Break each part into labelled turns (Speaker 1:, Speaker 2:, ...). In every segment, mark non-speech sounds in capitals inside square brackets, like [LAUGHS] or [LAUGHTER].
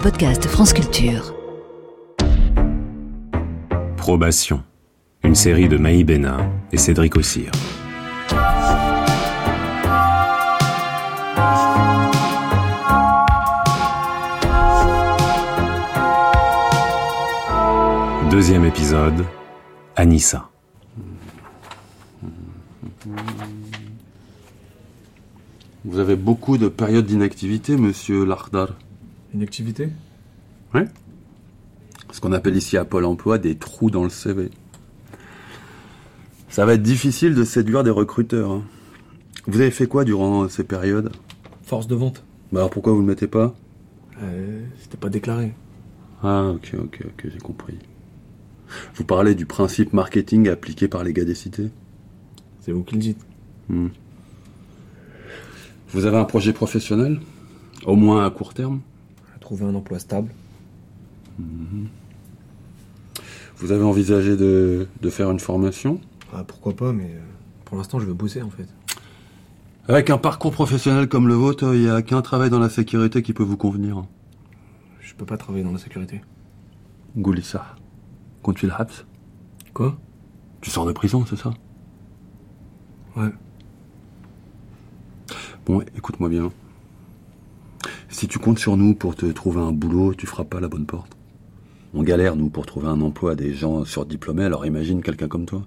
Speaker 1: podcast France Culture.
Speaker 2: Probation, une série de Maï Bénin et Cédric Ossire. Deuxième épisode, Anissa.
Speaker 3: Vous avez beaucoup de périodes d'inactivité, monsieur Lardar.
Speaker 4: Une activité
Speaker 3: Oui. Ce qu'on appelle ici à Pôle emploi des trous dans le CV. Ça va être difficile de séduire des recruteurs. hein. Vous avez fait quoi durant euh, ces périodes
Speaker 4: Force de vente
Speaker 3: Bah alors pourquoi vous ne le mettez pas
Speaker 4: Euh, C'était pas déclaré.
Speaker 3: Ah ok ok ok j'ai compris. Vous parlez du principe marketing appliqué par les gars des cités.
Speaker 4: C'est vous qui le dites.
Speaker 3: Vous avez un projet professionnel Au moins à court terme
Speaker 4: Trouver un emploi stable
Speaker 3: Vous avez envisagé de, de faire une formation
Speaker 4: ah, Pourquoi pas, mais euh, pour l'instant, je veux bosser en fait.
Speaker 3: Avec un parcours professionnel comme le vôtre, il n'y a qu'un travail dans la sécurité qui peut vous convenir.
Speaker 4: Je peux pas travailler dans la sécurité.
Speaker 3: Goulissa. Quand tu le haps,
Speaker 4: Quoi
Speaker 3: tu sors de prison, c'est ça
Speaker 4: Ouais.
Speaker 3: Bon, écoute-moi bien. Si tu comptes sur nous pour te trouver un boulot, tu feras pas la bonne porte. On galère, nous, pour trouver un emploi à des gens surdiplômés, alors imagine quelqu'un comme toi.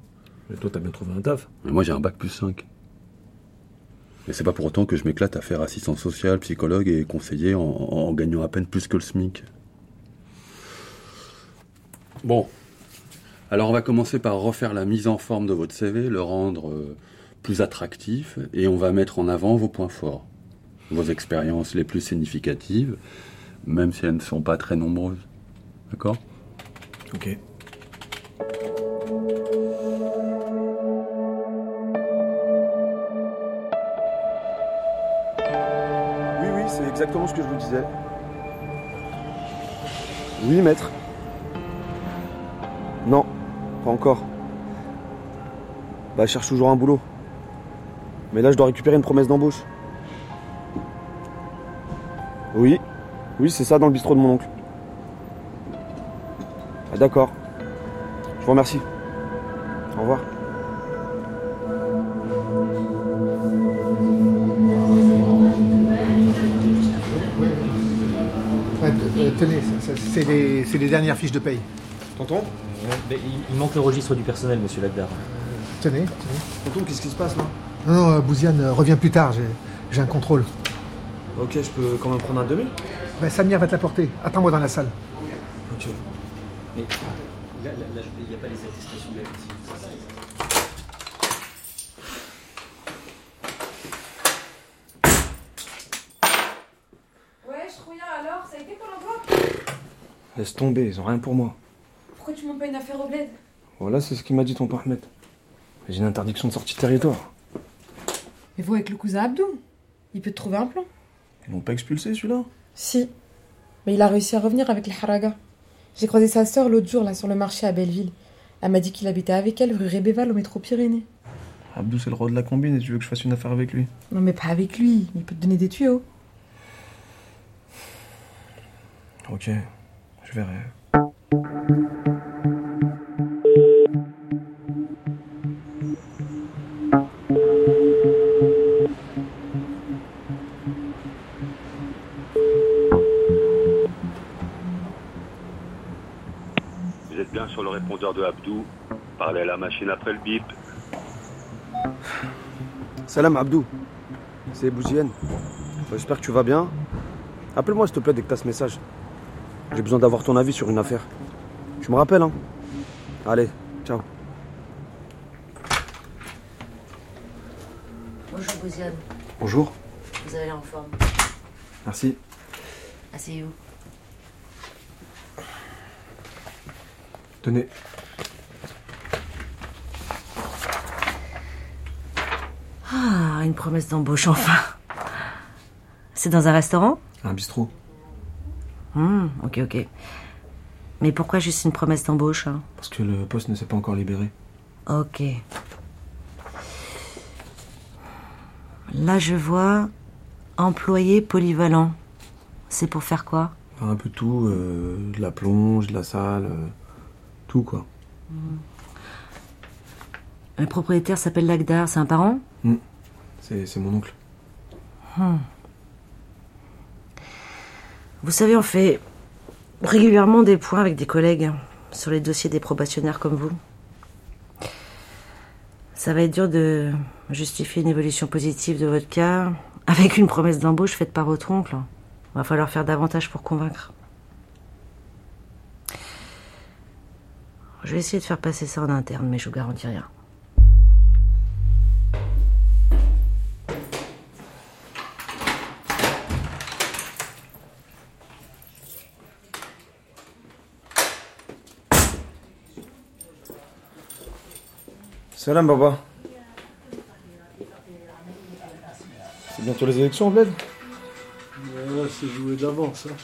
Speaker 4: Mais toi, t'as bien trouvé un taf.
Speaker 3: Mais moi, j'ai un bac plus 5. Mais c'est pas pour autant que je m'éclate à faire assistant social, psychologue et conseiller en, en gagnant à peine plus que le SMIC. Bon. Alors, on va commencer par refaire la mise en forme de votre CV, le rendre euh, plus attractif, et on va mettre en avant vos points forts, vos expériences les plus significatives, même si elles ne sont pas très nombreuses. D'accord
Speaker 4: Ok.
Speaker 5: Oui, oui, c'est exactement ce que je vous disais. Oui, maître. Non, pas encore. Bah, je cherche toujours un boulot. Mais là, je dois récupérer une promesse d'embauche. Oui, oui, c'est ça dans le bistrot de mon oncle. Ah, D'accord. Je vous remercie. Au revoir.
Speaker 6: Ouais, t- euh, tenez, ça- ça- c'est les, c'est les dernières fiches de paye.
Speaker 5: Tonton
Speaker 7: Mais il, il manque le registre du personnel, monsieur Laddar.
Speaker 6: Tenez. tenez.
Speaker 5: Tonton, qu'est-ce qui se passe là
Speaker 6: Non, non, euh, Bouziane, euh, reviens plus tard, j'ai- j'ai un contrôle.
Speaker 5: Ok, je peux quand même prendre un demi
Speaker 6: Bah, Samir va te l'apporter. Attends-moi dans la salle.
Speaker 5: Ok.
Speaker 7: Mais là, il n'y a pas les attestations de la
Speaker 8: Ouais, Chrouillard, alors, ça a été pour l'emploi
Speaker 5: Laisse tomber, ils ont rien pour moi.
Speaker 8: Pourquoi tu montes pas une affaire au bled
Speaker 5: Voilà, c'est ce qu'il m'a dit ton Ahmed. J'ai une interdiction de sortie de territoire.
Speaker 9: Mais vous avec le cousin Abdou, il peut te trouver un plan.
Speaker 4: Ils l'ont pas expulsé celui-là
Speaker 9: Si. Mais il a réussi à revenir avec les Haraga. J'ai croisé sa sœur l'autre jour là sur le marché à Belleville. Elle m'a dit qu'il habitait avec elle rue Rébéval au métro Pyrénées.
Speaker 4: Abdou, c'est le roi de la combine et tu veux que je fasse une affaire avec lui
Speaker 9: Non mais pas avec lui, il peut te donner des tuyaux.
Speaker 4: Ok. Je verrai.
Speaker 10: Vous êtes bien sur le répondeur de Abdou. Parlez à la machine après le bip.
Speaker 5: Salam Abdou, c'est Bouzienne. J'espère que tu vas bien. Appelle-moi s'il te plaît dès que t'as ce message. J'ai besoin d'avoir ton avis sur une affaire. Tu me rappelles, hein Allez, ciao.
Speaker 11: Bonjour Bouziane,
Speaker 5: Bonjour.
Speaker 11: vous avez l'air en forme.
Speaker 5: Merci.
Speaker 11: Asseyez-vous.
Speaker 5: Tenez.
Speaker 11: Ah, une promesse d'embauche enfin. C'est dans un restaurant
Speaker 5: Un bistrot.
Speaker 11: Hmm, Ok, ok. Mais pourquoi juste une promesse d'embauche hein
Speaker 5: Parce que le poste ne s'est pas encore libéré.
Speaker 11: Ok. Là, je vois employé polyvalent. C'est pour faire quoi
Speaker 5: Un peu tout, euh, de la plonge, de la salle, euh, tout quoi.
Speaker 11: Le propriétaire s'appelle Lagdar, c'est un parent
Speaker 5: C'est c'est mon oncle.
Speaker 11: Hmm. Vous savez, on fait régulièrement des points avec des collègues sur les dossiers des probationnaires comme vous. Ça va être dur de justifier une évolution positive de votre cas avec une promesse d'embauche faite par votre oncle. Va falloir faire davantage pour convaincre. Je vais essayer de faire passer ça en interne, mais je vous garantis rien.
Speaker 6: Salam, Baba. C'est bientôt les élections, Bled
Speaker 12: Ah, c'est joué d'avance. hein.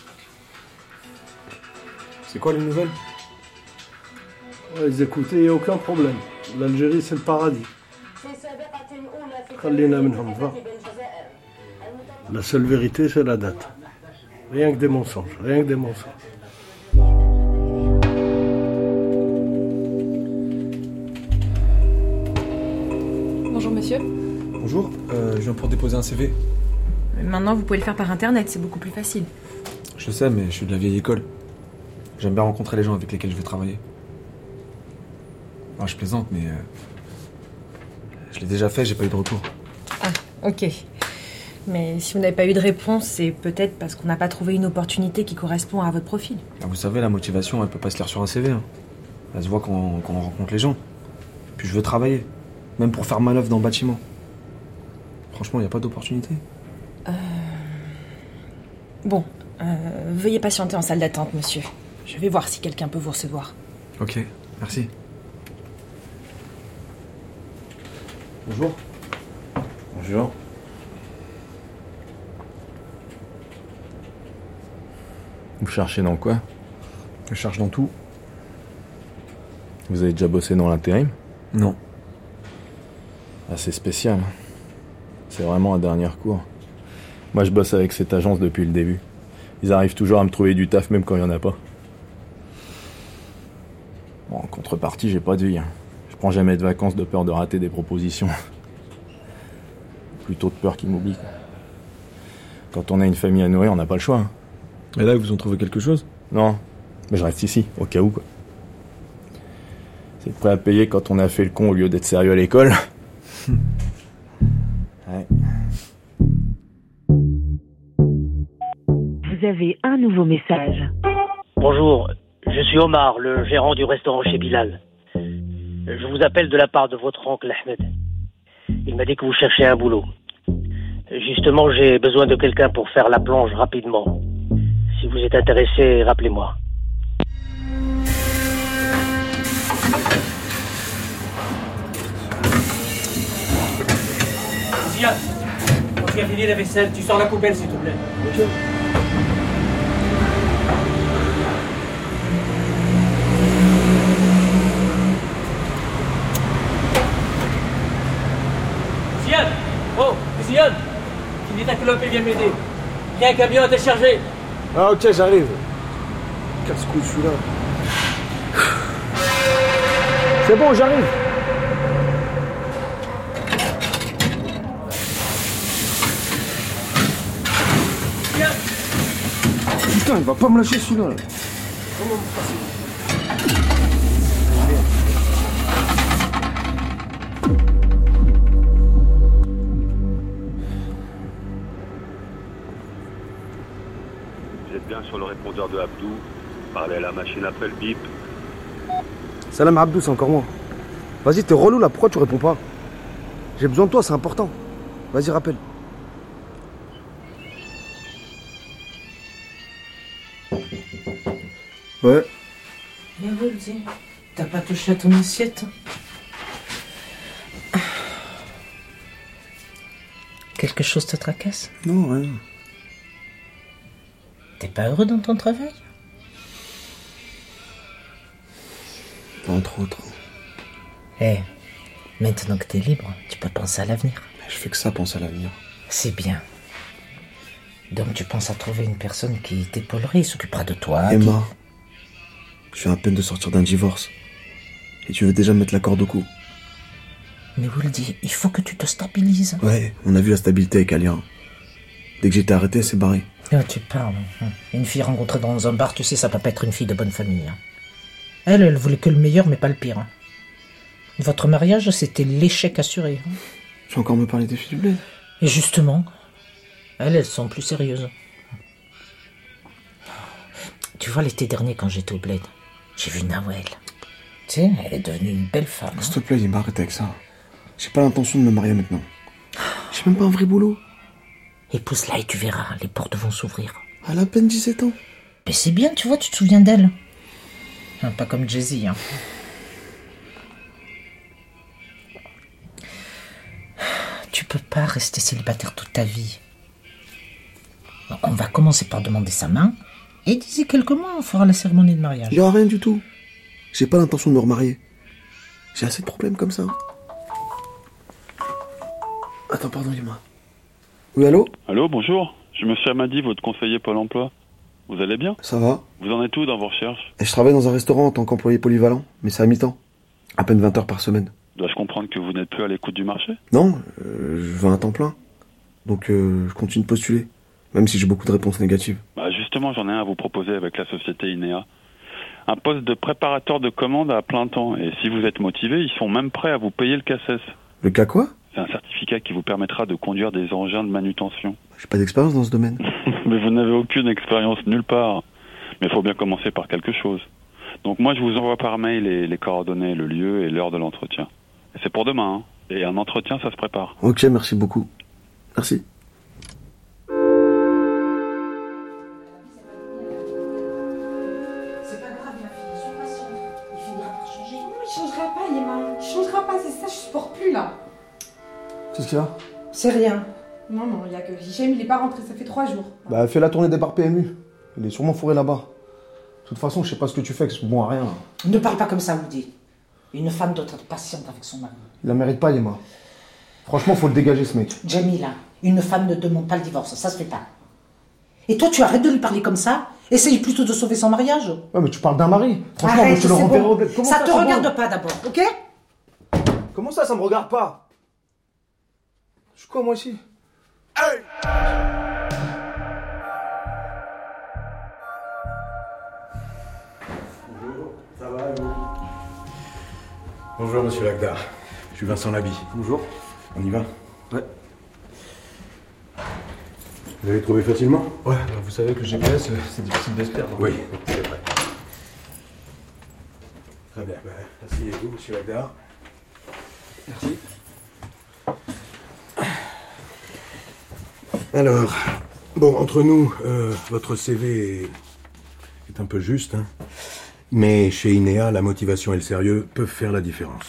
Speaker 6: C'est quoi les nouvelles
Speaker 12: ils écoutaient, il n'y a aucun problème. L'Algérie, c'est le paradis. خلينا منهم، va. La seule vérité, c'est la date. Rien que des mensonges, rien que des mensonges.
Speaker 9: Bonjour monsieur.
Speaker 5: Bonjour, euh, je viens pour déposer un CV.
Speaker 9: Maintenant, vous pouvez le faire par internet, c'est beaucoup plus facile.
Speaker 5: Je sais, mais je suis de la vieille école. J'aime bien rencontrer les gens avec lesquels je vais travailler. Ah, je plaisante, mais. euh, je l'ai déjà fait, j'ai pas eu de retour.
Speaker 9: Ok. Mais si vous n'avez pas eu de réponse, c'est peut-être parce qu'on n'a pas trouvé une opportunité qui correspond à votre profil.
Speaker 5: Ah, vous savez, la motivation, elle peut pas se lire sur un CV. hein. Elle se voit quand, quand on rencontre les gens. Puis je veux travailler, même pour faire manœuvre dans le bâtiment. Franchement, il n'y a pas d'opportunité.
Speaker 9: Bon, euh, veuillez patienter en salle d'attente, monsieur. Je vais voir si quelqu'un peut vous recevoir.
Speaker 5: Ok, merci. Bonjour.
Speaker 13: Bonjour. Vous cherchez dans quoi
Speaker 5: Je cherche dans tout.
Speaker 13: Vous avez déjà bossé dans l'intérim
Speaker 5: Non.
Speaker 13: Assez spécial. C'est vraiment un dernier recours. Moi, je bosse avec cette agence depuis le début. Ils arrivent toujours à me trouver du taf, même quand il n'y en a pas. Bon, en contrepartie, j'ai pas de vie. hein. Je prends jamais de vacances de peur de rater des propositions. [LAUGHS] Plutôt de peur qu'ils m'oublient. quoi. Quand on a une famille à nourrir, on n'a pas le choix. hein.
Speaker 5: Et là, ils vous ont trouvé quelque chose
Speaker 13: Non, mais je reste ici, au cas où. quoi. C'est le prêt à payer quand on a fait le con au lieu d'être sérieux à l'école. Ouais.
Speaker 14: Vous avez un nouveau message.
Speaker 15: Bonjour, je suis Omar, le gérant du restaurant chez Bilal. Je vous appelle de la part de votre oncle Ahmed. Il m'a dit que vous cherchez un boulot. Justement, j'ai besoin de quelqu'un pour faire la plonge rapidement. Si vous êtes intéressé, rappelez-moi.
Speaker 16: Viens, quand tu as fini la vaisselle, tu sors la poubelle s'il te plaît.
Speaker 7: Ziad Oh, Ziad Finis ta clope et viens m'aider. Il y a un camion à décharger.
Speaker 6: Ah, ok, j'arrive. Casse-couille, celui-là. C'est bon, j'arrive. Putain, il va pas me lâcher celui-là. là.
Speaker 2: Vous êtes bien sur le répondeur de Abdou. Parlez à la machine Apple Bip.
Speaker 6: Salam Abdou, c'est encore moi. Vas-y, t'es relou là, pourquoi tu réponds pas J'ai besoin de toi, c'est important. Vas-y, rappelle.
Speaker 5: Ouais.
Speaker 17: Mais Rudy, t'as pas touché à ton assiette hein Quelque chose te tracasse
Speaker 5: Non, rien.
Speaker 17: T'es pas heureux dans ton travail
Speaker 5: Pas trop, trop.
Speaker 17: Eh, maintenant que t'es libre, tu peux penser à l'avenir.
Speaker 5: Je fais que ça, pense à l'avenir.
Speaker 17: C'est bien. Donc tu penses à trouver une personne qui t'épaulerait, s'occupera de toi. qui-
Speaker 5: Emma, je suis à peine de sortir d'un divorce. Et tu veux déjà mettre la corde au cou.
Speaker 17: Mais vous le dites, il faut que tu te stabilises.
Speaker 5: Ouais, on a vu la stabilité avec Alia. Dès que j'étais arrêté, c'est barré.
Speaker 17: Oh, tu parles. hein. Une fille rencontrée dans un bar, tu sais, ça peut pas être une fille de bonne famille. hein. Elle, elle voulait que le meilleur, mais pas le pire. hein. Votre mariage, c'était l'échec assuré. hein.
Speaker 5: Tu vas encore me parler des filles du bled
Speaker 17: Et justement, elles, elles sont plus sérieuses. Tu vois, l'été dernier, quand j'étais au bled, j'ai vu Nawel. Tu sais, elle est devenue une belle femme.
Speaker 5: S'il te plaît, il m'arrête avec ça. J'ai pas l'intention de me marier maintenant. J'ai même pas un vrai boulot.
Speaker 17: Épouse-la et tu verras, les portes vont s'ouvrir.
Speaker 5: Elle a à peine 17 ans.
Speaker 17: Mais c'est bien, tu vois, tu te souviens d'elle. Hein, Pas comme Jay-Z. hein. Tu peux pas rester célibataire toute ta vie. Donc, on va commencer par demander sa main. Et d'ici quelques mois, on fera la cérémonie de mariage.
Speaker 5: Il y aura rien du tout. J'ai pas l'intention de me remarier. J'ai assez de problèmes comme ça. Attends, pardon, dis-moi. Oui, allô
Speaker 18: Allô, bonjour. Je me suis Amadi, votre conseiller Pôle emploi. Vous allez bien
Speaker 5: Ça va
Speaker 18: Vous en êtes où dans vos recherches
Speaker 5: Et Je travaille dans un restaurant en tant qu'employé polyvalent, mais c'est à mi-temps. À peine 20 heures par semaine.
Speaker 18: Dois-je comprendre que vous n'êtes plus à l'écoute du marché
Speaker 5: Non, euh, je veux un temps plein. Donc euh, je continue de postuler, même si j'ai beaucoup de réponses négatives.
Speaker 18: Bah justement, j'en ai un à vous proposer avec la société INEA. Un poste de préparateur de commandes à plein temps. Et si vous êtes motivé, ils sont même prêts à vous payer le CACES.
Speaker 5: Le cas quoi
Speaker 18: C'est un certificat qui vous permettra de conduire des engins de manutention.
Speaker 5: J'ai pas d'expérience dans ce domaine.
Speaker 18: Mais vous n'avez aucune expérience nulle part. Mais il faut bien commencer par quelque chose. Donc moi, je vous envoie par mail les, les coordonnées, le lieu et l'heure de l'entretien. Et C'est pour demain. hein. Et un entretien, ça se prépare.
Speaker 5: Ok, merci beaucoup. Merci.
Speaker 19: C'est pas grave, ma fille, sois patiente. Il finira par changer.
Speaker 9: Non, il changera pas, Yéma. Il changera pas, c'est ça, je supporte plus là.
Speaker 5: Qu'est-ce qu'il y a
Speaker 9: C'est rien. Non, non, il y a que Hichem, il est pas rentré, ça fait trois jours.
Speaker 5: Bah fais la tournée des bars PMU. Il est sûrement fourré là-bas. De toute façon, je sais pas ce que tu fais avec ce bon à rien.
Speaker 17: Ne parle pas comme ça, Woody. Une femme doit être patiente avec son mari.
Speaker 5: Il la mérite pas, Yema. Franchement, faut le dégager ce mec.
Speaker 17: Jamila, une femme ne demande pas le divorce, ça se fait pas. Et toi, tu arrêtes de lui parler comme ça Essaye plutôt de sauver son mariage.
Speaker 5: Ouais, mais tu parles d'un mari. Franchement,
Speaker 17: Arrête,
Speaker 5: mais tu
Speaker 17: c'est
Speaker 5: le
Speaker 17: bon.
Speaker 5: renverras au bled. Comment
Speaker 17: Ça te
Speaker 5: c'est bon
Speaker 17: regarde pas d'abord, ok
Speaker 5: Comment ça, ça me regarde pas Je suis quoi, moi, ici
Speaker 20: Ça va,
Speaker 21: Bonjour Monsieur Lagdar, je suis Vincent Labi. Bonjour. On y va Ouais. Vous l'avez trouvé facilement
Speaker 5: Ouais, bah, vous savez que le GPS, euh, c'est difficile de se perdre.
Speaker 21: Oui, c'est vrai. Très bien, bah, asseyez-vous Monsieur Lagdar. Merci. Alors, bon, entre nous, euh, votre CV est, est un peu juste, hein, mais chez INEA, la motivation et le sérieux peuvent faire la différence.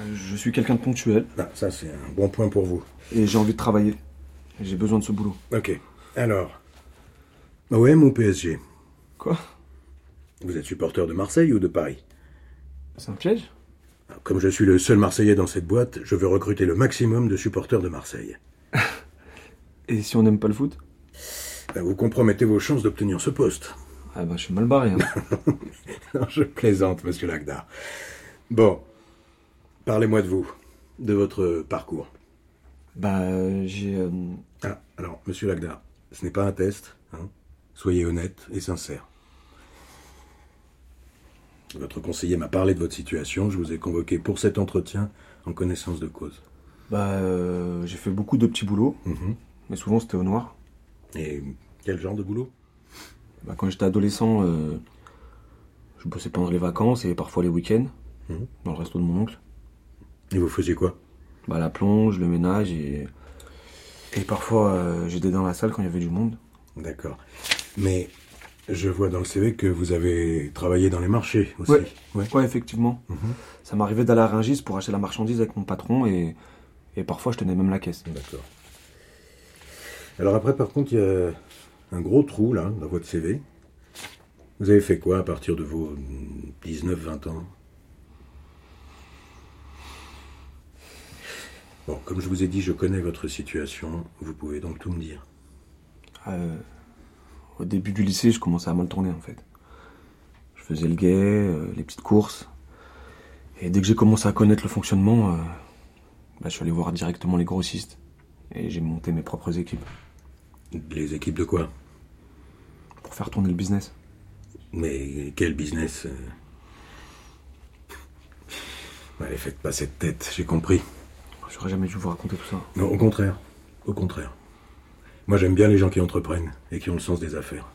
Speaker 21: Ah,
Speaker 5: Je suis quelqu'un de ponctuel.
Speaker 21: ça, c'est un bon point pour vous.
Speaker 5: Et j'ai envie de travailler. Et J'ai besoin de ce boulot.
Speaker 21: Ok. Alors, OM ou PSG
Speaker 5: Quoi
Speaker 21: Vous êtes supporter de Marseille ou de Paris
Speaker 5: C'est un piège
Speaker 21: Comme je suis le seul Marseillais dans cette boîte, je veux recruter le maximum de supporters de Marseille.
Speaker 5: Et si on n'aime pas le foot
Speaker 21: Ben, Vous compromettez vos chances d'obtenir ce poste. [LAUGHS]
Speaker 5: Ah bah, je suis mal barré. hein.
Speaker 21: non, je plaisante, monsieur Lagdar. Bon, parlez-moi de vous, de votre parcours.
Speaker 5: bah, euh, j'ai. euh,
Speaker 21: Ah, alors, monsieur Lagdar, ce n'est pas un test. hein. Soyez honnête et sincère. Votre conseiller m'a parlé de votre situation. Je vous ai convoqué pour cet entretien en connaissance de cause.
Speaker 5: bah, euh, j'ai fait beaucoup de petits boulots. Mais souvent, c'était au noir.
Speaker 21: Et quel genre de boulot
Speaker 5: Bah, quand j'étais adolescent, euh, je bossais pendant les vacances et parfois les week-ends,
Speaker 21: Mhm.
Speaker 5: dans le resto de mon oncle.
Speaker 21: Et vous faisiez quoi
Speaker 5: Bah, la plonge, le ménage et. Et parfois, euh, j'étais dans la salle quand il y avait du monde.
Speaker 21: D'accord. Mais je vois dans le CV que vous avez travaillé dans les marchés aussi.
Speaker 5: Ouais, ouais. effectivement. Ça m'arrivait d'aller à Rungis pour acheter la marchandise avec mon patron et, et parfois je tenais même la caisse.
Speaker 21: D'accord. Alors après, par contre, il y a un gros trou là dans votre CV. Vous avez fait quoi à partir de vos 19-20 ans Bon, comme je vous ai dit, je connais votre situation. Vous pouvez donc tout me dire.
Speaker 5: Euh, au début du lycée, je commençais à mal tourner en fait. Je faisais le guet, euh, les petites courses. Et dès que j'ai commencé à connaître le fonctionnement, euh, bah, je suis allé voir directement les grossistes. Et j'ai monté mes propres équipes.
Speaker 21: Les équipes de quoi
Speaker 5: Pour faire tourner le business.
Speaker 21: Mais quel business euh Allez, faites pas cette tête, j'ai compris.
Speaker 5: J'aurais jamais dû vous raconter tout ça.
Speaker 21: Non, au contraire. Au contraire. Moi, j'aime bien les gens qui entreprennent et qui ont le sens des affaires.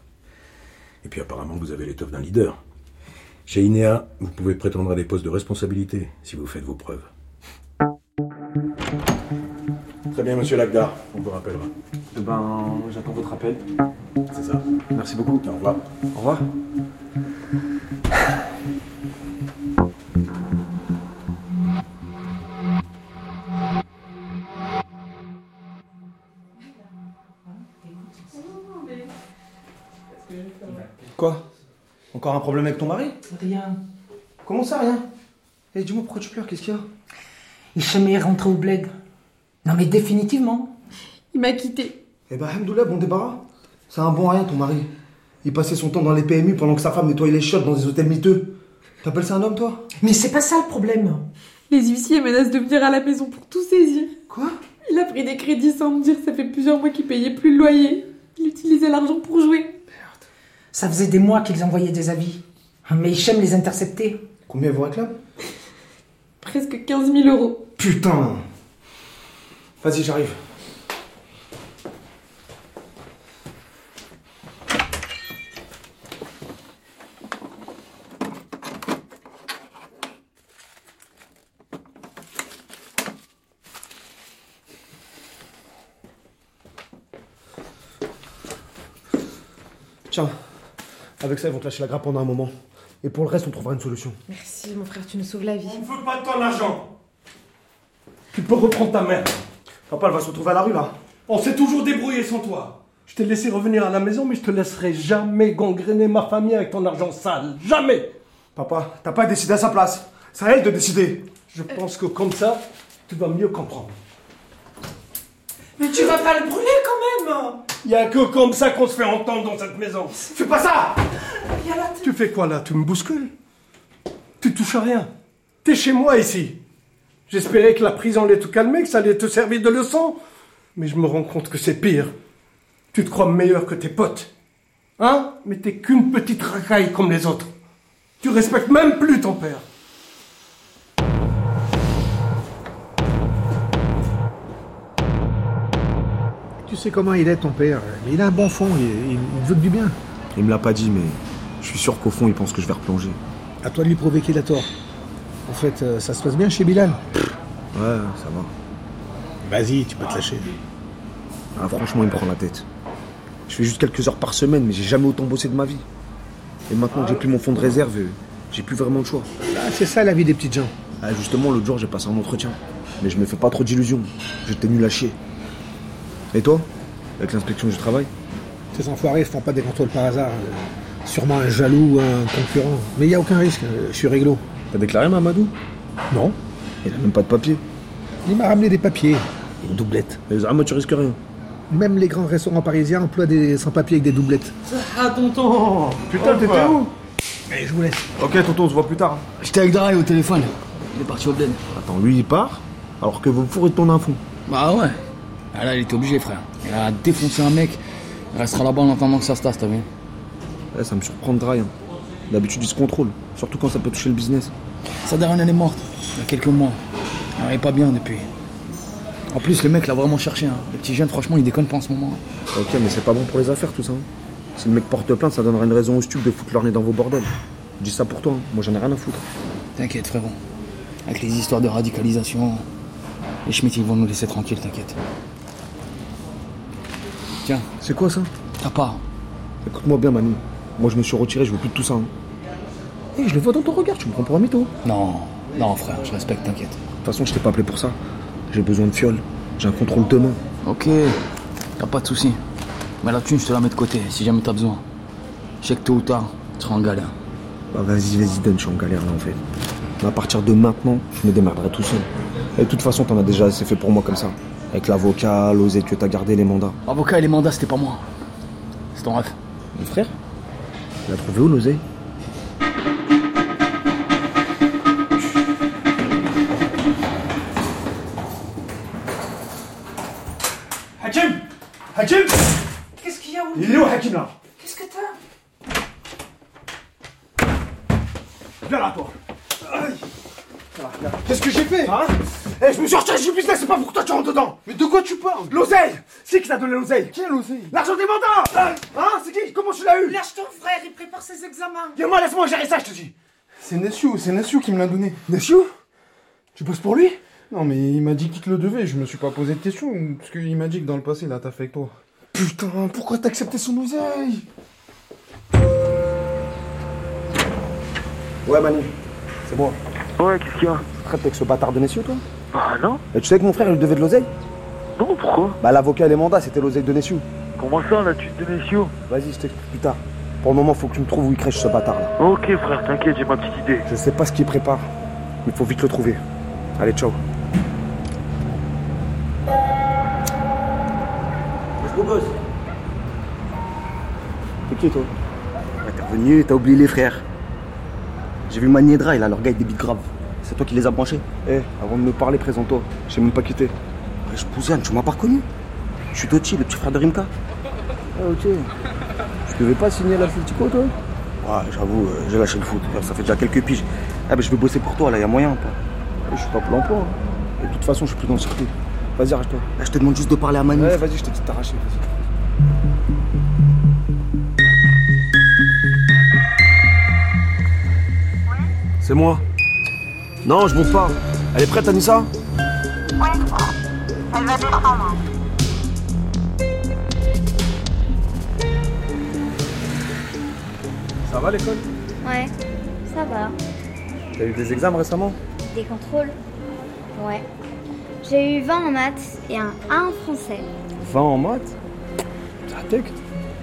Speaker 21: Et puis, apparemment, vous avez l'étoffe d'un leader. Chez INEA, vous pouvez prétendre à des postes de responsabilité si vous faites vos preuves. Très bien, monsieur Lagdar, on vous rappellera.
Speaker 5: Eh ben, j'attends votre appel.
Speaker 21: C'est ça.
Speaker 5: Merci beaucoup.
Speaker 21: Au revoir.
Speaker 5: Au revoir. Quoi Encore un problème avec ton mari
Speaker 17: Rien.
Speaker 5: Comment ça, rien Eh, dis-moi pourquoi tu pleures, qu'est-ce qu'il y a
Speaker 17: Il jamais rentré au bled. Non mais définitivement.
Speaker 22: Il m'a quitté.
Speaker 5: Eh ben, Hamdoullah, bon débarras. C'est un bon à rien, ton mari. Il passait son temps dans les PMU pendant que sa femme nettoyait les chiottes dans des hôtels miteux. T'appelles ça un homme, toi
Speaker 17: Mais c'est pas ça le problème.
Speaker 22: Les huissiers menacent de venir à la maison pour tout saisir.
Speaker 5: Quoi
Speaker 22: Il a pris des crédits sans me dire, ça fait plusieurs mois qu'il payait plus le loyer. Il utilisait l'argent pour jouer.
Speaker 17: Ça faisait des mois qu'ils envoyaient des avis. Mais Hichem les interceptait.
Speaker 5: Combien vous réclame
Speaker 22: Presque 15 000 euros.
Speaker 5: Putain Vas-y, j'arrive. Tiens, avec ça, ils vont te lâcher la grappe pendant un moment. Et pour le reste, on trouvera une solution.
Speaker 9: Merci, mon frère, tu nous sauves la vie.
Speaker 23: On ne veut pas de ton argent.
Speaker 5: Tu peux reprendre ta mère. Papa, elle va se retrouver à la rue, là.
Speaker 23: On s'est toujours débrouillé sans toi.
Speaker 12: Je t'ai laissé revenir à la maison, mais je te laisserai jamais gangréner ma famille avec ton argent sale. Jamais
Speaker 5: Papa, t'as pas décidé à sa place. C'est à elle de décider.
Speaker 12: Je pense que comme ça, tu vas mieux comprendre.
Speaker 17: Mais tu vas pas le brûler quand même
Speaker 12: Il a que comme ça qu'on se fait entendre dans cette maison.
Speaker 5: Fais pas ça
Speaker 12: Tu fais quoi là Tu me bouscules Tu touches à rien. T'es chez moi ici. J'espérais que la prison allait te calmer, que ça allait te servir de leçon. Mais je me rends compte que c'est pire. Tu te crois meilleur que tes potes. Hein Mais t'es qu'une petite racaille comme les autres. Tu respectes même plus ton père.
Speaker 6: Tu sais comment il est, ton père. Il a un bon fond, il, il, il veut que du bien.
Speaker 5: Il me l'a pas dit, mais je suis sûr qu'au fond, il pense que je vais replonger.
Speaker 6: À toi de lui prouver qu'il a tort. En fait, euh, ça se passe bien chez Bilal.
Speaker 5: Ouais, ça va.
Speaker 6: Vas-y, tu peux te lâcher.
Speaker 5: Ah, franchement, il me prend la tête. Je fais juste quelques heures par semaine, mais j'ai jamais autant bossé de ma vie. Et maintenant que j'ai plus mon fonds de réserve, euh, j'ai plus vraiment le choix.
Speaker 6: Ah, c'est ça la vie des petites gens.
Speaker 5: Ah, justement, l'autre jour, j'ai passé un entretien. Mais je me fais pas trop d'illusions. J'étais nul à chier. Et toi Avec l'inspection du travail
Speaker 6: Ces enfoirés font pas des contrôles par hasard. Euh, Sûrement un jaloux ou un concurrent. Mais il n'y a aucun risque, euh, je suis réglo.
Speaker 5: T'as déclaré Mamadou
Speaker 6: Non,
Speaker 5: Il a même pas de papier.
Speaker 6: il m'a ramené des papiers. Une doublette.
Speaker 5: Et Zahma, tu risques rien.
Speaker 6: Même les grands restaurants parisiens emploient des sans-papiers avec des doublettes.
Speaker 17: Ah tonton
Speaker 5: Putain, t'étais où
Speaker 6: Mais je vous laisse.
Speaker 5: Ok, tonton, on se voit plus tard. hein.
Speaker 24: J'étais avec Darai au téléphone. Il est parti au bled.
Speaker 5: Attends, lui, il part, alors que vous fourrez de ton info.
Speaker 24: Bah ouais. Ah là, il était obligé, frère. Il a défoncé un mec. Il restera là-bas en attendant que ça se tasse, t'as vu
Speaker 5: Eh, ça me surprend de rien. D'habitude, il se contrôle, surtout quand ça peut toucher le business.
Speaker 24: Sa dernière, elle est morte, il y a quelques mois. Elle est pas bien depuis. En plus, le mec l'a vraiment cherché. hein. Le petit jeune, franchement, il déconne pas en ce moment. hein.
Speaker 5: Ok, mais c'est pas bon pour les affaires, tout ça. hein. Si le mec porte plainte, ça donnera une raison aux stupes de foutre leur nez dans vos bordels. Je dis ça pour toi, hein. moi j'en ai rien à foutre.
Speaker 24: T'inquiète, frérot. Avec les histoires de radicalisation, les Schmitt, ils vont nous laisser tranquilles, t'inquiète. Tiens, hein?
Speaker 5: C'est quoi ça
Speaker 24: à part.
Speaker 5: Écoute-moi bien, Manu. Moi je me suis retiré, je veux plus de tout ça. hein. Eh, je le vois dans ton regard, tu me prends pour un mytho.
Speaker 24: Non, non, frère, je respecte, t'inquiète.
Speaker 5: De toute façon, je t'ai pas appelé pour ça. J'ai besoin de fiole. J'ai un contrôle demain.
Speaker 24: Ok, t'as pas de soucis. Mais la thune, je te la mets de côté si jamais t'as besoin. Je sais que tôt ou tard, tu seras en galère.
Speaker 5: Bah vas-y, vas-y, donne, je suis en galère là en fait. Mais à partir de maintenant, je me démerderai tout seul. Et de toute façon, t'en as déjà assez fait pour moi comme ça. Avec l'avocat, l'osé que t'as gardé, les mandats.
Speaker 24: Avocat et les mandats, c'était pas moi.
Speaker 25: C'est ton ref.
Speaker 5: Mon frère
Speaker 25: Il a trouvé où l'oseille
Speaker 6: Hakim Hakim
Speaker 17: Qu'est-ce qu'il y a où
Speaker 6: Il est où Hakim là
Speaker 17: Qu'est-ce que t'as
Speaker 6: Viens là toi Aïe. Voilà, regarde. Qu'est-ce que j'ai fait Hein Eh, je me suis rechargé, j'ai plus là, c'est pas pour toi que tu rentres dedans Mais de quoi tu parles L'oseille C'est qui t'a donné l'oseille Quelle l'oseille L'argent des mandats Hein C'est qui Comment tu l'as eu
Speaker 17: Lâche ton frère, il prépare ses examens.
Speaker 6: Et moi, laisse-moi gérer ça, je te dis C'est Nessiou, c'est Nessiou qui me l'a donné. Nessiou Tu bosses pour lui
Speaker 26: Non, mais il m'a dit qu'il te le devait, je me suis pas posé de questions, parce qu'il m'a dit que dans le passé, il a taffé avec toi.
Speaker 6: Putain, pourquoi t'as accepté son oseille
Speaker 5: Ouais, Manu, c'est moi.
Speaker 12: Ouais, qu'est-ce qu'il y a
Speaker 5: Tu traites avec ce bâtard de Nessiou, toi
Speaker 12: Ah non
Speaker 5: Et tu sais que mon frère, il lui devait de l'oseille
Speaker 12: Non, pourquoi
Speaker 5: Bah, l'avocat et les mandats, c'était l'oseille de Nessiou.
Speaker 12: Comment ça, la tuite de Messiou
Speaker 5: Vas-y, je t'explique plus tard. Pour le moment, faut que tu me trouves où il crèche ce bâtard-là.
Speaker 12: Ok, frère, t'inquiète, j'ai ma petite idée.
Speaker 5: Je sais pas ce qu'il prépare, mais faut vite le trouver. Allez, ciao.
Speaker 12: Je vous bosse.
Speaker 5: T'es qui, toi Bah, T'es revenu, t'as oublié les frères. J'ai vu Maniedra, il a leur gars avec des bites graves. C'est toi qui les as branchés Eh, avant de me parler, présente-toi. J'ai même pas quitté. Eh, Je Bouzane, tu m'as pas reconnu Je suis Dotti, le petit frère de Rimka. Ah, ok. Tu devais pas signer la Fultico, toi Ouais, j'avoue, euh, j'ai lâché le foot. Ça fait déjà quelques piges. Ah, ben je vais bosser pour toi, là, y a moyen, quoi. Eh, Je suis pas pour l'emploi. hein. Et de toute façon, je suis plus dans le circuit. Vas-y, arrache-toi. Là, Eh, je te demande juste de parler à Manu. Ouais, vas-y, je te dis de t'arracher, vas-y. C'est moi. Non, je monte pas. Elle est prête, Anissa
Speaker 27: Elle va descendre.
Speaker 5: Ça va l'école
Speaker 27: Ouais, ça va.
Speaker 5: T'as eu des examens récemment
Speaker 27: Des contrôles Ouais. J'ai eu 20 en maths et un 1 en français.
Speaker 5: 20 en maths Ça tec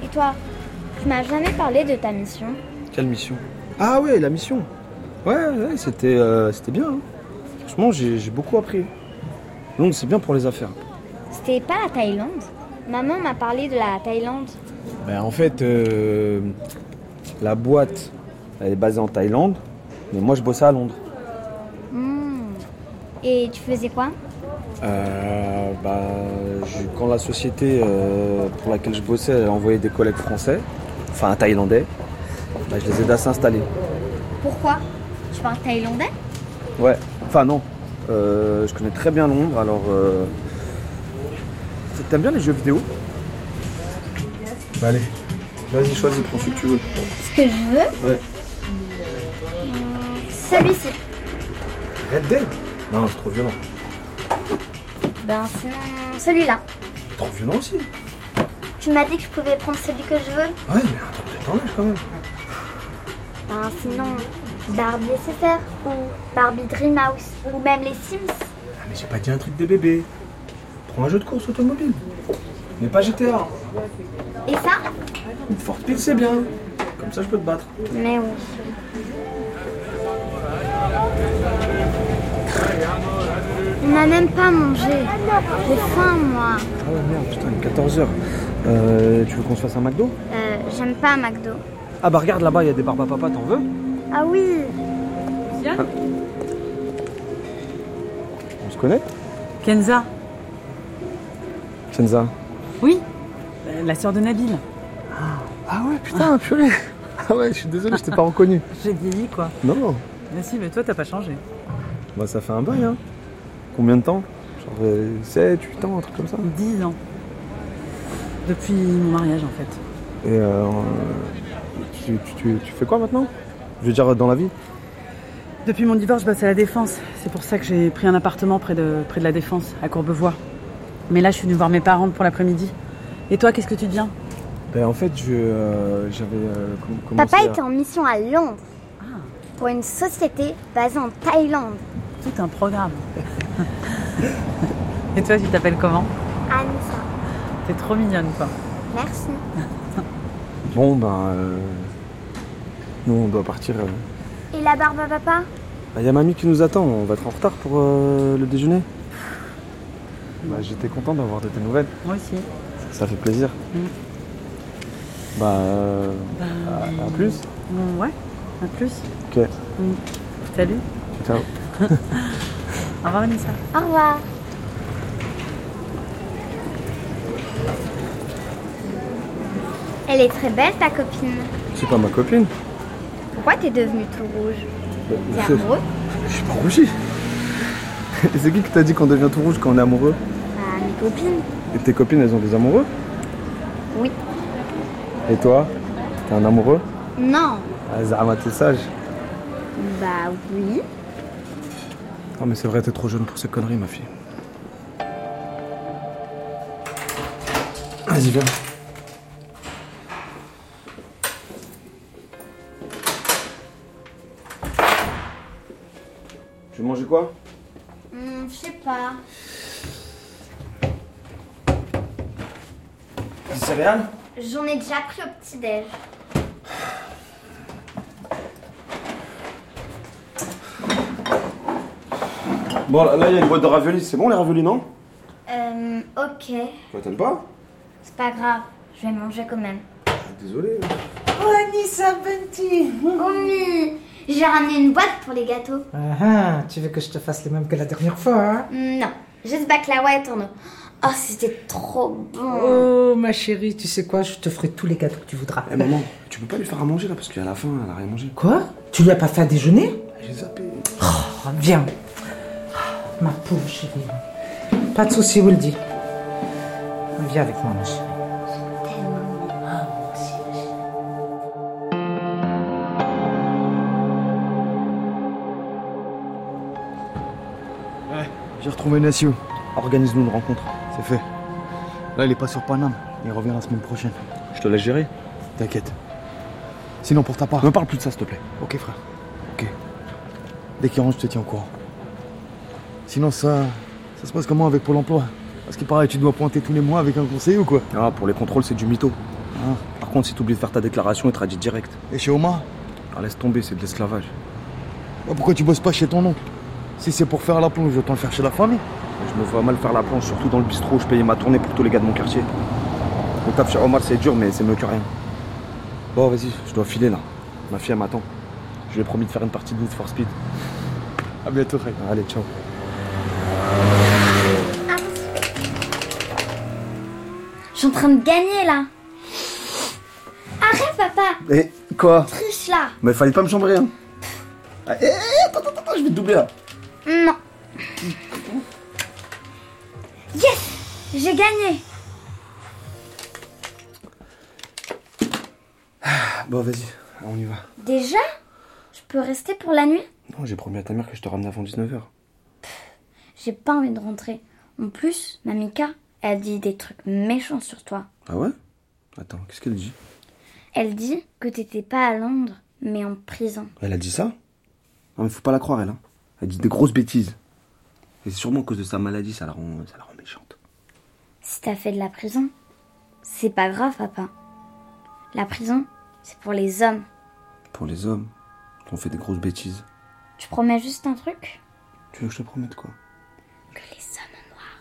Speaker 27: Et toi Tu m'as jamais parlé de ta mission.
Speaker 5: Quelle mission Ah ouais, la mission. Ouais, ouais, c'était euh, c'était bien. hein. Franchement, j'ai j'ai beaucoup appris. Londres, c'est bien pour les affaires.
Speaker 27: C'était pas la Thaïlande Maman m'a parlé de la Thaïlande.
Speaker 5: Ben, en fait, euh, la boîte, elle est basée en Thaïlande, mais moi je bossais à Londres.
Speaker 27: Hmm. Et tu faisais quoi
Speaker 5: Euh, bah, je- quand la société euh, pour laquelle je bossais elle a envoyé des collègues français, enfin thaïlandais, bah, je les aide à s'installer.
Speaker 27: Pourquoi Tu parles thaïlandais
Speaker 5: Ouais, enfin non, Euh, je connais très bien Londres, alors... euh, T'aimes bien les jeux vidéo Bah allez, vas-y, choisis, prends celui que tu veux.
Speaker 27: Ce que je veux,
Speaker 5: Ouais.
Speaker 27: celui-ci.
Speaker 5: Red Dead Non, c'est trop violent.
Speaker 27: Ben sinon, celui-là.
Speaker 5: Trop violent aussi
Speaker 27: Tu m'as dit que je pouvais prendre celui que je veux.
Speaker 5: Ouais, mais attends, t'es en âge quand même.
Speaker 27: Ben sinon, Barbie SFR ou Barbie Dreamhouse ou même les Sims.
Speaker 5: Ah, mais j'ai pas dit un truc de bébé. Prends un jeu de course automobile. Mais pas GTA.
Speaker 27: Et ça
Speaker 5: Une Fort Pile, c'est bien. Comme ça, je peux te battre.
Speaker 27: Mais oui. On n'a même pas mangé. J'ai faim moi.
Speaker 5: Ah ouais, merde, putain, il est 14h. Euh, tu veux qu'on se fasse un McDo
Speaker 27: Euh, J'aime pas McDo.
Speaker 5: Ah bah regarde, là-bas, il y a des barbes à papa, t'en veux
Speaker 27: Ah oui
Speaker 5: On se connaît
Speaker 28: Kenza
Speaker 5: Chenza.
Speaker 28: Oui euh, La sœur de Nabil.
Speaker 5: Ah ouais, putain, purée. [LAUGHS] Ah ouais, je suis désolé, je t'ai pas reconnu.
Speaker 28: J'ai vieilli, quoi.
Speaker 5: Non,
Speaker 28: Mais si, mais toi, t'as pas changé.
Speaker 5: bah ça fait un bail, hein. Combien de temps Genre 7, 8 ans, un truc comme ça.
Speaker 28: 10 ans. Depuis mon mariage, en fait.
Speaker 5: Et euh, tu, tu- tu- tu fais quoi maintenant Je veux dire, dans la vie
Speaker 28: Depuis mon divorce, je bosse à la Défense. C'est pour ça que j'ai pris un appartement près de, près de la Défense, à Courbevoie. Mais là, je suis venue voir mes parents pour l'après-midi. Et toi, qu'est-ce que tu deviens
Speaker 5: Ben en fait, je, euh, j'avais euh, com- commencé
Speaker 27: Papa
Speaker 5: à-
Speaker 27: était en mission à Londres. Pour une société basée en Thaïlande.
Speaker 28: Tout un programme. [LAUGHS] Et toi, tu t'appelles comment
Speaker 27: Anissa.
Speaker 28: T'es trop mignonne, quoi.
Speaker 27: Merci.
Speaker 5: Bon, ben... euh, nous, on doit partir. euh.
Speaker 27: Et la barbe à papa
Speaker 5: Il Ah, y a mamie qui nous attend, on va être en retard pour euh, le déjeuner. Bah, J'étais content d'avoir de tes nouvelles,
Speaker 28: Moi aussi.
Speaker 5: ça fait plaisir.
Speaker 13: Bah, euh, à- à plus.
Speaker 28: Bon, ouais, à plus.
Speaker 13: Ok,
Speaker 28: Mm. Salut.
Speaker 13: ciao.
Speaker 28: Au revoir, Anissa.
Speaker 27: Au revoir. Elle est très belle ta copine.
Speaker 5: C'est pas ma copine.
Speaker 27: Pourquoi t'es devenu tout rouge T'es
Speaker 5: c'est-
Speaker 27: amoureux
Speaker 5: Je suis pas rougi. [LAUGHS] c'est qui qui t'a dit qu'on devient tout rouge quand on est amoureux
Speaker 27: Bah mes copines.
Speaker 5: Et tes copines, elles ont des amoureux
Speaker 27: Oui.
Speaker 5: Et toi T'es un amoureux
Speaker 27: Non.
Speaker 5: Ah, Zahma, t'es sage.
Speaker 27: Bah oui.
Speaker 5: Non, Ah, mais c'est vrai, t'es trop jeune pour ces conneries, ma fille. Vas-y, viens. Tu veux manger quoi
Speaker 27: Hmm, Je sais pas.
Speaker 5: Des céréales
Speaker 27: J'en ai déjà pris au petit déj.
Speaker 5: Bon, là, il y a une boîte de raviolis. C'est bon, les raviolis, non
Speaker 27: Euh, ok.
Speaker 5: Toi, t'aimes pas
Speaker 27: C'est pas grave. Je vais manger quand même.
Speaker 5: Désolé.
Speaker 27: Oh Anissa Bunty J'ai ramené une boîte pour les gâteaux.
Speaker 17: Ah ah, tu veux que je te fasse les mêmes que la dernière fois, hein
Speaker 27: Non, juste baklava et tourneau. Oh, c'était trop bon.
Speaker 17: Oh, ma chérie, tu sais quoi Je te ferai tous les gâteaux que tu voudras.
Speaker 5: Eh, maman, tu peux pas lui faire à manger, là, parce qu'à la fin, elle a rien mangé.
Speaker 17: Quoi Tu lui as pas fait à déjeuner
Speaker 5: Ah, J'ai zappé.
Speaker 17: Oh, viens. Oh, ma pauvre chérie. Pas de soucis, Wildy. Viens avec moi, ma chérie.
Speaker 24: J'ai retrouvé Nassio. Organise-nous une rencontre. C'est fait. Là, il est pas sur Paname. Il revient la semaine prochaine.
Speaker 5: Je te laisse gérer.
Speaker 24: T'inquiète. Sinon, pour ta part.
Speaker 5: Ne parle plus de ça, s'il te plaît.
Speaker 24: Ok, frère. Ok. Dès qu'il rentre, je te tiens au courant. Sinon, ça. Ça se passe comment avec Pôle emploi Parce qu'il paraît, tu dois pointer tous les mois avec un conseiller ou quoi
Speaker 5: Ah, pour les contrôles, c'est du mytho. Ah, Par contre, si t'oublies de faire ta déclaration, elle te radie direct.
Speaker 24: Et chez Omar
Speaker 5: Ah, laisse tomber, c'est de l'esclavage.
Speaker 24: Ouais, Pourquoi tu bosses pas chez ton oncle Si c'est pour faire la plonge, autant le faire chez la famille.
Speaker 5: Je me vois mal faire la planche, surtout dans le bistrot. Je payais ma tournée pour tous les gars de mon quartier. Le taf chez Omar, c'est dur, mais c'est mieux que rien. Bon, vas-y, je dois filer là. Ma fille, elle m'attend. Je lui ai promis de faire une partie de Need for Speed.
Speaker 24: À bientôt, frère.
Speaker 5: Allez, ciao.
Speaker 27: Je suis en train de gagner là. Arrête, papa.
Speaker 5: Et quoi
Speaker 27: Triche là.
Speaker 5: Mais fallait pas me chambrer, hein. Ah, eh, eh, attends, attends, attends, je vais te doubler là.
Speaker 27: Non. Yes J'ai gagné.
Speaker 5: Bon, vas-y, on y va.
Speaker 27: Déjà Je peux rester pour la nuit
Speaker 5: Non, j'ai promis à ta mère que je te ramène avant 19h.
Speaker 27: J'ai pas envie de rentrer. En plus, Mamika, elle dit des trucs méchants sur toi.
Speaker 5: Ah ouais Attends, qu'est-ce qu'elle dit
Speaker 27: Elle dit que t'étais pas à Londres, mais en prison.
Speaker 5: Elle a dit ça Non, mais faut pas la croire, elle. hein. Elle dit des grosses bêtises. Et c'est sûrement à cause de sa maladie, ça la rend, ça la rend méchante.
Speaker 27: Si t'as fait de la prison, c'est pas grave, papa. La prison, c'est pour les hommes.
Speaker 5: Pour les hommes, on fait des grosses bêtises.
Speaker 27: Tu promets juste un truc
Speaker 5: Tu veux que je te promette quoi
Speaker 27: Que les hommes noirs,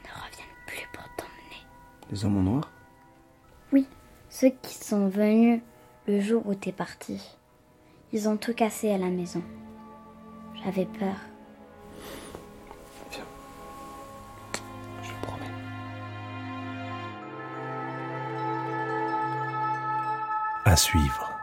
Speaker 27: ils ne reviennent plus pour t'emmener.
Speaker 5: Les hommes en noir
Speaker 27: Oui, ceux qui sont venus le jour où t'es parti, ils ont tout cassé à la maison. J'avais peur.
Speaker 3: À suivre.